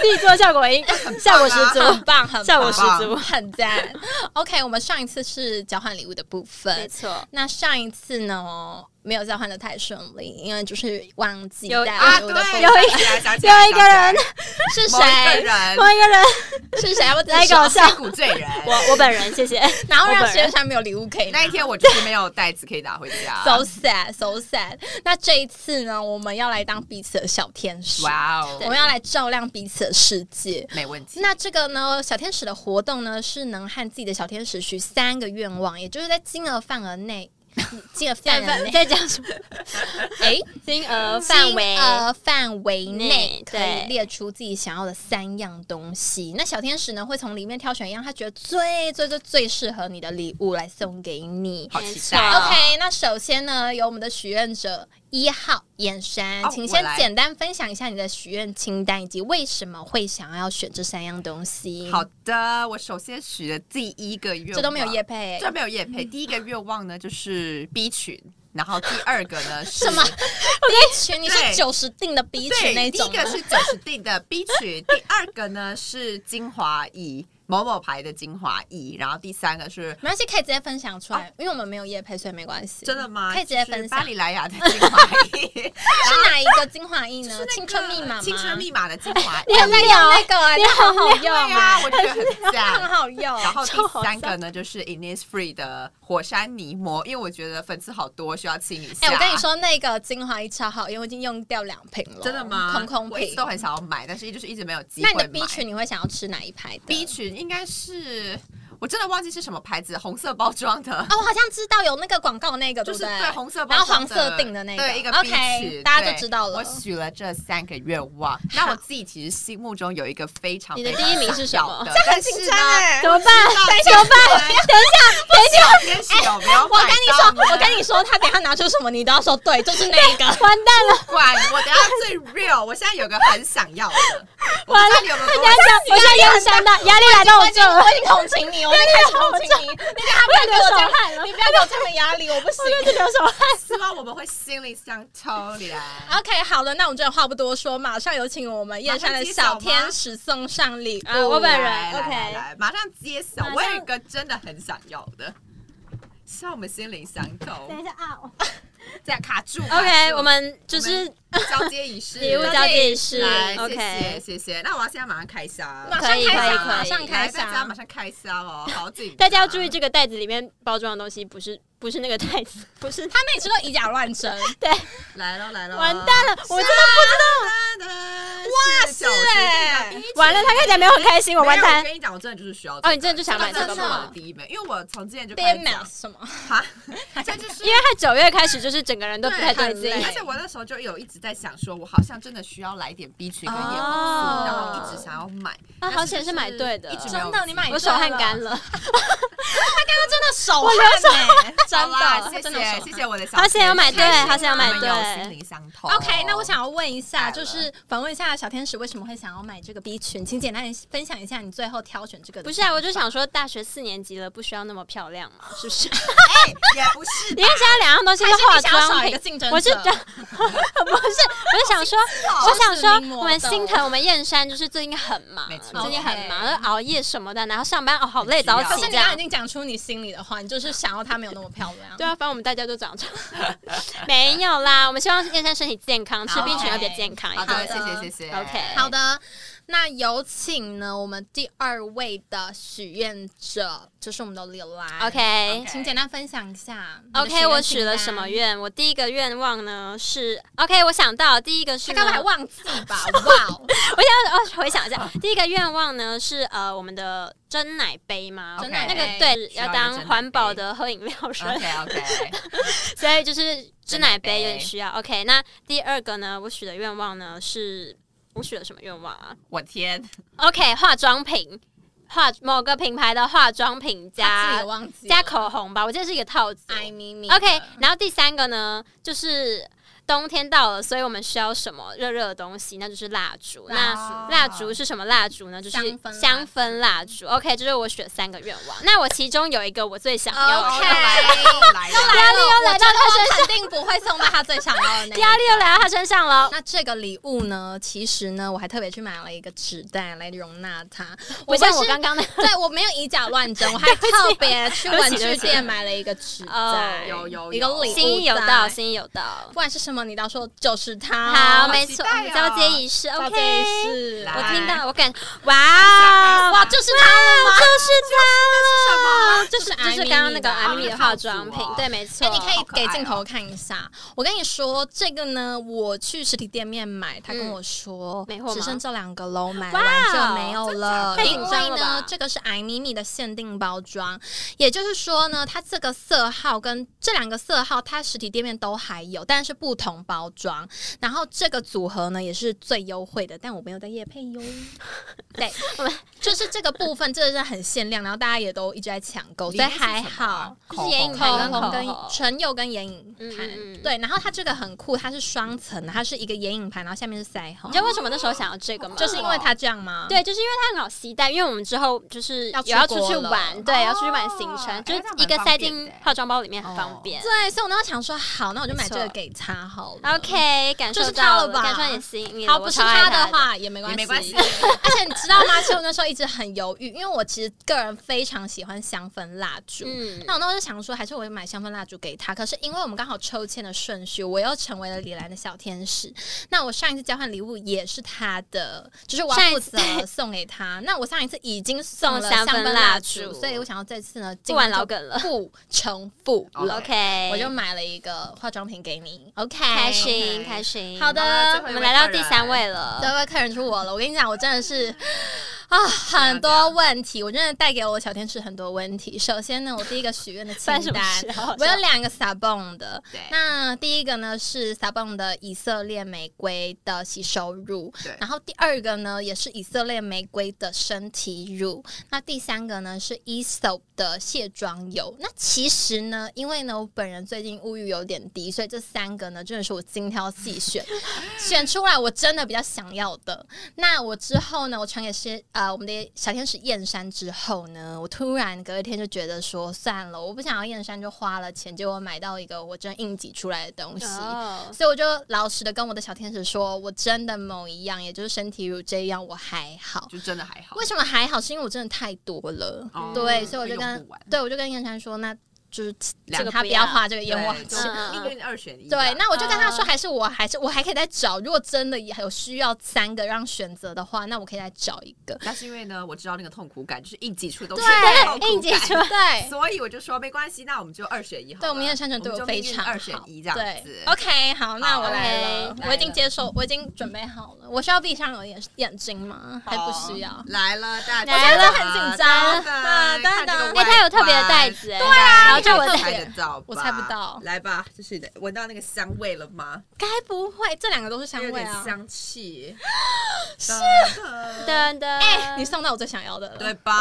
C: 自己做效果音，效果十
B: 啊
C: 足，
A: 很棒，很棒
C: 效果十足，
A: 很赞。OK，我们上一次是交换礼物的部
C: 没
A: 分，
C: 错。
A: 那上一次呢没有交换的太顺利，因为就是忘记
C: 有
A: 带礼
B: 啊，对
A: 物的部分，
C: 有一
B: 想起来想起
C: 有
B: 来
C: 一个人，
A: 是
B: 某一个
A: 谁？
B: 人
C: 同一个人，
A: 是谁？我只
C: 来
A: 是
C: 一个
A: 说
C: 我，笑
B: 是古罪人。
C: 我我本人，谢谢。
A: 然后让
C: 我本
A: 学
C: 人
A: 生没有礼物可以拿
B: 那一天我就是没有袋子可以拿回 家。
A: So sad, so sad。那这一次呢，我们要来当彼此的小天使，
B: 哇
A: 我
B: 哦，
A: 们要来照亮彼此的世界。
B: 没问题。
A: 那这个呢，小天使的活动呢，是能和自己的小天使许三个愿望，也就是在金额范围 内，金额范围内，
C: 在讲什么？
A: 哎，
C: 金额范围
A: 金额范围内
C: 内
A: 可
C: 对
A: 以列出自己想要的三样东西。那小天使呢，会从里面挑选一样他觉得最最最最适合你的礼物来送给你。
B: 好期待
C: 没
B: 哦
C: 错
A: OK，那首先呢，有我们的许愿者一号燕山，
B: 哦
A: 请先
B: 我来
A: 简单分享一下你的许愿清单，以及为什么会想要选这三样东西。
B: 好，的，我首先许的第一个愿望，
A: 这都没有叶配、嗯
B: 这没有叶配。第一个愿望呢就是 B 群，然后第二个 呢是
A: 什 么？B 群？你是
B: 对
A: 九十定的 B 群那
B: 对，第
A: 种
B: 一
A: 吗？
B: 个是九十定的 B 群，第二个呢是精华液，某某牌的精华液，然后第三个是。
A: 没关系，可以直接分享出来，因为我们没有叶配，所以没关系。
B: 哦真的吗？
A: 可以直接分
B: 就是
A: 享
B: 巴。黎莱雅的精华液，
A: 啊是哪一个精华液呢？
B: 就是那个
A: 青春密码吗？
B: 青春密码的精华液
A: 你，很在用那个、欸，你好好
B: 对
A: 用
B: 啊，
A: 啊，
B: 我觉得 很
A: 很
B: 赞。
A: 好用。
B: 然后第
C: 超好
B: 三个呢，就是 Innisfree 的火山泥膜，因为我觉得粉刺好多，需要清一下。
A: 哎、我跟你，说，那个精华液超好用，我已经用掉两瓶了，
B: 真的吗？
A: 空空
B: 我一
A: 瓶
B: 直。都很想要买，但是就是一直没有机
A: 那
B: 会
A: 你
B: 买。
A: 的 B 群你会想要吃哪一排的
B: B 群应该是我真的忘记是什么牌子，红色包装的，
A: 哦，我好像知道有那个广告那个，
B: 就是
A: 对不
B: 对红色包
A: 然后
B: 装的，
A: 黄色定的那个
B: 对一个
A: OK，
B: B 尺
A: 大家
B: 对
A: 就知道了
B: 我许了这三个愿望，那我自己其实心目中有一个非常
C: 你的
B: 非
C: 第
B: 常
C: 一名是什
B: 小
C: 么
B: 的
A: 这很
B: 但是
A: 紧
B: 呢
A: 张哎、
C: 怎么办？
B: 怎么办？等一下，等一下，哎不
C: 哎
A: 我跟你说，我跟你说，他等一下拿出什么，你都要说对，就是那个。 完蛋了，
B: 管我，等一下最 real，我现在有个很想要的，我不知道你有没有跟我
C: 我现在压力山大，压力来到
A: 啊我
C: 我
A: 已
C: 这
A: 经
C: 了
A: 我，已经同情你，我已经开始同 情你。你等一下不要给我这样，
C: 汗了，
A: 你不要给我这样的压力，我不行。
C: 是流手汗。
B: 希望我们会心灵相通连。
A: OK，好的，那我们真的话不多说，马上有请我们燕山的小天使送上礼
C: 啊
A: 物。
C: 我本人
B: 来来
C: OK
B: 来来马上揭晓
C: 马，上
B: 我有一个真的很想要的，希望我们心灵相通。
C: 一下啊
B: 这样卡住。卡
C: ，OK，
B: 住
C: 我们就是
B: 交接仪式，
C: 礼物交接仪式
B: 来，谢谢
C: ，OK，
B: 谢谢。那我要现在马上开箱，
A: 马
B: 马
A: 上
C: 可以
A: 开
C: 可以
A: 箱，马
C: 可以
A: 上
B: 来
A: 开
B: 大家
A: 箱
B: 马。上开箱哦，好紧张。
C: 啊大家要注意，这个袋子里面包装的东西不是不是那个袋子， 不是
A: 他每次都以假乱真，
C: 对，
B: 来喽来喽，
C: 完蛋了，我真的
B: 哒哒！哇
A: 是欸
C: 不完了，他看起来没有很开心，我完
B: 没有
C: 蛋
B: 我。跟你讲，我真的就是需要这个
C: 哦，你真的就想买这个
B: 这个是
A: 真的
B: 我
C: 吗
B: 的？第一本，因为我从之前就
A: b
B: 开
A: m
B: 始
A: a
B: 讲
A: s 什么？
B: 哈，这就是
C: 因为他九月开始就是整个人都不太对劲
A: 对很累
B: 而且我那时候就有一直在想，说我好像真的需要来点 B 群跟叶黄素，
C: 哦
B: 然后一直想要买。
C: 啊，好险是买对的
B: 一，直
A: 真的，你买
C: 我手汗干
A: 了，他
C: 了，
A: 刚刚真的手汗 哎，
B: 好啦
A: 真的，
B: 谢
A: 真的手
B: 谢
A: 汗
B: 谢谢我的小
C: 好险要买对
B: 天使
C: 好险要买
B: 我们
C: 对
B: 有心灵相通。
A: OK，那我想要问一
B: 来
A: 下，
B: 了
A: 就是访问一下小天使为什么会想要买这个 B 群，请简单地分享一下你最后挑选这个的
C: 不是啊，我就想说大学四年级了，不需要那么漂亮嘛，是不 是？
B: 也不 是
C: 你看现在两样东西
A: 还
C: 是
A: 是
C: 化
A: 你想要
C: 妆
A: 少一
C: 品
A: 个，竞争者？
C: 我是 不是，我是想说，我想说，我们哦心疼我们燕山，就是最近很忙，
B: 没错
C: 最近很忙，
A: OK
C: 熬夜什么的，然后上班哦好累，早
A: 可
C: 起
A: 是
C: 这
A: 你刚刚
C: 样
A: 已。经讲出你心里的话，你就是想要她没有那么漂亮。
C: 对啊，反正我们大家都长 这样，没有啦。我们希望燕山身体健康，吃
B: 好
C: B 群要比较健康一
B: 好
C: 点。
B: 的，
A: 好
B: 谢
A: 的
B: 谢谢谢。
C: OK
A: 好的，那有请呢我们第二位的许愿者，就是我们的柳兰。
C: OK，
A: 请简单分享一下你的
C: OK，我
A: 许
C: 许了
A: 愿清单
C: 什么？愿？我第一个愿望呢是 OK，我想到第一个是
A: 他
C: 呢，
A: 刚才还忘记 吧？哇哦，
C: 我想要哦回想一
B: 啊
C: 下，第一个愿望呢是呃我们的真奶杯嘛，
A: 真
B: 奶
C: 那
B: 杯
C: 个对
B: 需要一
C: 要
B: 个
C: 当
B: 真奶
C: 环保
B: 杯
C: 的喝饮料人，
B: OK OK，
C: 所以就是真
B: 真
C: 奶
B: 奶
C: 杯有点
B: 杯
C: 需要。OK，那第二个呢，我许的愿望呢是我许了什么愿望啊
B: 我天，
C: ？OK，化妆品，化某个品牌的化妆
A: 他
C: 品
A: 自己
C: 加
A: 也忘记了啊
C: 加口红吧，我记得是一个套子。
A: 爱咪咪的。
C: OK，然后第三个呢，就是冬天到了，所以我们需要什么热热的东西？那就是蜡烛。那
A: 蜡
C: 蜡
B: 哦
C: 烛是什么蜡烛呢？就是
A: 哦香氛蜡烛
C: 香氛蜡烛。OK，这是我选三个愿望。那我其中有一个我最想要的
A: OK
B: 来
A: 又
B: 了，
A: 来了，
C: 又来到他身
A: 身上，肯定不会送到他最想要的那一个
C: 压力又来到他身上了。
A: 那这个礼物呢？其实呢，我还特别去买了一个纸袋来容纳它。
C: 不
A: 不
C: 像
A: 是
C: 我刚刚的，
A: 对我没有以假乱真，我 还特别去文具店买了一个纸
C: 哦
A: 袋，
B: 有有
A: 一个礼物袋
C: 心意有到，心意有到
A: 不。管是什么，你到时候就是它。
C: 好，没
B: 期
C: 错，
B: 待
C: 我们交
B: 哦
C: 接仪式
A: 到
C: ，OK。
A: 这一世
B: 来
C: 我
A: 我
C: 听
A: 听
C: 到，
A: 到，
C: 我感，哦哇，
A: 哇，就是它了吗？
C: 就是它了，
A: 就是
C: 就
A: 艾
C: 是
A: 米
C: 刚刚那个
A: 的
C: 艾米的化妆
B: 套
C: 品
B: 组哦，
C: 对，没错。
A: 哎，你可
B: 好
A: 以
B: 可爱
A: 给
B: 哦
A: 镜头看一下。我跟你说，这个呢，我去实体店面买，他跟
C: 嗯
A: 我说，
C: 没货吗
A: 只剩这两个喽，买
C: 哇哦
A: 完就没有了。
C: 真假的太
A: 因
C: 紧张了
A: 为呢
C: 吧，
A: 这个是艾米米的限定包装，也就是说呢，它这个色号跟这两个色号，它实体店面都还有，但是不同包装。然后这个组合呢，也是最优惠的，但我没有在夜配哟。 对，就是这个部分真的是很限量，然后大家也都一直在抢购，
B: 里
A: 所以
B: 面是
A: 还
B: 什么
A: 好
B: 啊。
C: 就是眼影
A: 口
C: 盘跟
A: 红跟
C: 口红
A: 唇釉跟眼影
C: 嗯
A: 盘，
C: 嗯嗯
A: 对，然后它这个很酷，它是双层的，它是一个眼影盘，然后下面是腮红
C: 你知，道为什么那时候想要这个吗？
A: 就是因为它这样吗？，
C: 对，就是因为它很好携带，因为我们之后就是
A: 要
C: 有要
A: 出
C: 出去
A: 国了哦
C: 玩，对，要出去玩行
B: 哎
C: 程，就是
B: 那蛮
C: 一个
B: 方
C: 塞
B: 便
C: 进
A: 欸
B: 的
C: 化妆包里面很
B: 哦
C: 方便。
A: 对，所以我那时候想说，好，那我就买这
C: 没
A: 个
C: 错
A: 给他好了。
C: OK，感
A: 就
C: 受
A: 嗯是它
C: 到
A: 了吧
C: 感受你的心意了。
A: 好，
C: 我
A: 不是
C: 超爱
A: 他
C: 它
A: 的，话也没关
B: 也
A: 系，。
B: 没关系
A: 而且你知道吗？其实我那时候一直很犹豫，因为我其实个人非常喜欢香氛蜡烛。
C: 嗯
A: 那我那时候就想说，还是我买香氛蜡烛给他。可是因为我们刚好抽签的顺序，我又成为了李兰的小天使。那我上一次交换礼物也是他的，就是我要负责
C: 上一次
A: 送给他。那我上一次已经送了
C: 送香
A: 香
C: 氛
A: 氛
C: 蜡
A: 蜡
C: 烛
A: 烛，所以我想要这次呢，
C: 不玩
A: 尽量
C: 老
A: 就
C: 梗了
A: 不重复了。
C: ，OK，
A: 我就买了一个化妆品给你，OK，
C: 开心
B: OK
C: 开心。
A: 好的
B: 好了最后
C: 我
B: 一
C: 们
B: 位
C: 来到
B: 客
C: 第
B: 人
C: 三位了
A: 这。位客人就是我了，我跟你讲，我真的是啊，很多问题，我真的带给我小天使很多问题。首先呢，我第一个许愿 的清
C: 算什么
A: 单
C: 事啊？
A: 我有两个 Sabon 的
B: 对，
A: 那第一个呢是 Sabon 的以色列玫瑰的洗手乳
B: 对，
A: 然后第二个呢也是以色列玫瑰的身体乳，那第三个呢是 e s o p 的卸妆油。那其实呢，因为呢我本人最近物欲有点低，所以这三个呢真的是我精挑细选，选出来我真的比较想要的。那我之后呢，我传给是呃我们的小天使燕山之后呢，我突然隔一天就觉得说算了，我不想要燕山，就花了钱，结果买到一个我真应急出来的东西。
C: 哦，
A: 所以我就老实的跟我的小天使说，我真的某一样，也就是身体乳这一样，我还好。
B: 就真的还好。
A: 为什么还好？是因为我真的太多了，
B: 哦
A: 对，所以我就
B: 用
A: 跟
B: 不完
A: 对我就跟燕山说，那就是
B: 两
A: 请
C: 个
A: 他
C: 不
A: 不
C: 要
A: 要画这个
B: 对
A: 烟花
B: 就
A: 纸。
B: 是
C: 嗯
B: 一个人二选一吧。啊
A: 对，那我就跟他说，
C: 嗯
A: 还是我还是我还可以再找。如果真的有需要三个让选择的话，那我可以再找一个。
B: 但是因为呢，我知道那个痛苦感，就是应急处都是
A: 对
B: 痛苦感
C: 应急处
A: 对
B: 所以我就说没关系，那我们就二选一好了。
A: 对我们燕山城对我
B: 我们就
A: 非
B: 命运
A: 常好
B: 二选一这样子
A: 对。，OK，好，那
B: 好
A: 我来了
C: OK，
A: 我已经
B: 来了
A: 接受，我已经准备好了。我需要闭上我的眼眼睛吗？还不需要
B: 好。来了，大家
A: 来了很紧张对
B: 等等看这个
A: 对
B: 外
C: 哎，他有特别的袋
B: 观
C: 子，哎，对啊然后就我
A: 特
C: 的
A: 别
B: 猜得到吧，
A: 我猜不到
B: 来吧，就是你的闻到那个香味了吗？
A: 该不会这两个都是香
B: 有
A: 味
B: 点
A: 啊？
B: 香 气，是
C: 噔噔，
A: 哎、你送到我最想要的了，
B: 对
A: 送
B: 吧？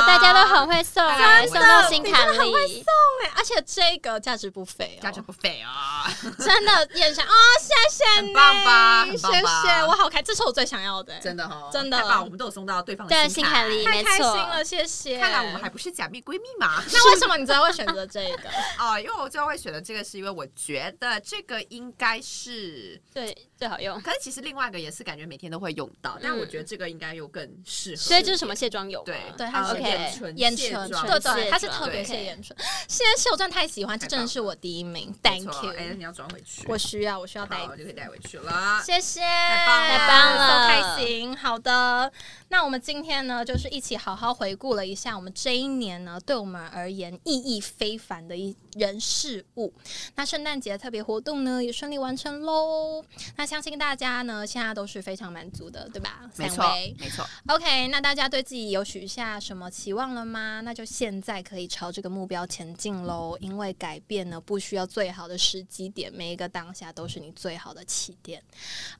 C: 哇，大家都很会送，啊
B: 大家
C: 送到心
A: 你
C: 坎
A: 真的很会
C: 里，
A: 哎、而且这个价值不菲哦，
B: 价值不菲啊！
A: 真的眼神啊、谢谢你，
B: 很棒吧很
A: 谢
B: 棒吧
A: 谢，我好开，这是我最想要的、
B: 真的 哦，
A: 真的
B: 太棒了我们都有送到对方
C: 对
B: 的
C: 心
B: 坎
C: 坎里，
A: 太
C: 没
A: 开心
C: 错，
A: 了，谢谢。
B: 看来我们还不是假蜜闺蜜嘛？
A: 那为什么你知道会选择这 个？
B: 哦，因为我最后会选择这个，是因为我觉得这个应该是，
C: 对，最好用。
B: 可是其实另外一个也是感觉每天都会用到，但
C: 嗯
B: 我觉得这个应该又更适合。
C: 所以这是什么卸妆油吗？
B: 对
A: 对，它是
C: OK
A: 眼
B: 唇
A: 眼
B: 卸
A: 唇，
B: 妆
A: 对对，
C: 卸
A: 它是
C: 妆
A: 特别
C: 对
A: 是眼唇。谢谢，我真的太喜欢，这真的是我第一名
B: 没
A: ，Thank
B: 错哎，
A: you，
B: 你要装回去，
A: 我需要，我需要带
B: 好，我就可以带回去了。
A: 谢谢，
B: 太棒了
A: 太棒了，
C: 太棒了
A: 开心。好的，那我们今天呢，就是一起好好回顾了一下我们这一年呢，对我们而言意义非凡的一人事物。那圣诞节特别活动呢，也顺利完成喽。那相信大家呢，现在都是非常满足的，对吧？
B: 没
A: 三
B: 错
A: 位，
B: 没错，
A: OK，那大家对自己有许下什么期望了吗？那就现在可以朝这个目标前进喽，因为改变呢不需要最好的时机点，每一个当下都是你最好的起点。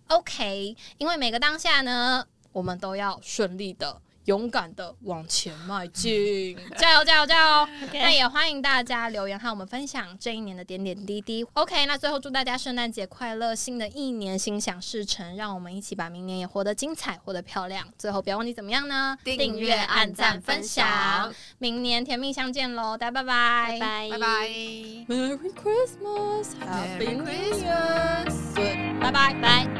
A: OK，因为每个当下呢，我们都要顺利的。勇敢的往前迈 进，加油加油加油！那也欢迎大家留言和我们分享这一年的点点滴滴。OK，那最后祝大家圣诞节快乐，新的一年心想事成，让我们一起把明年也活得精彩，活得漂亮。最后不要忘记怎么样呢？
B: 订阅按赞分享，
A: 明年甜蜜相见喽，大家拜拜
C: 拜拜
B: 拜拜，
A: ，Merry Christmas，Happy
B: Merry
A: New
B: Christmas
A: Year，Good，拜拜拜。
C: 拜。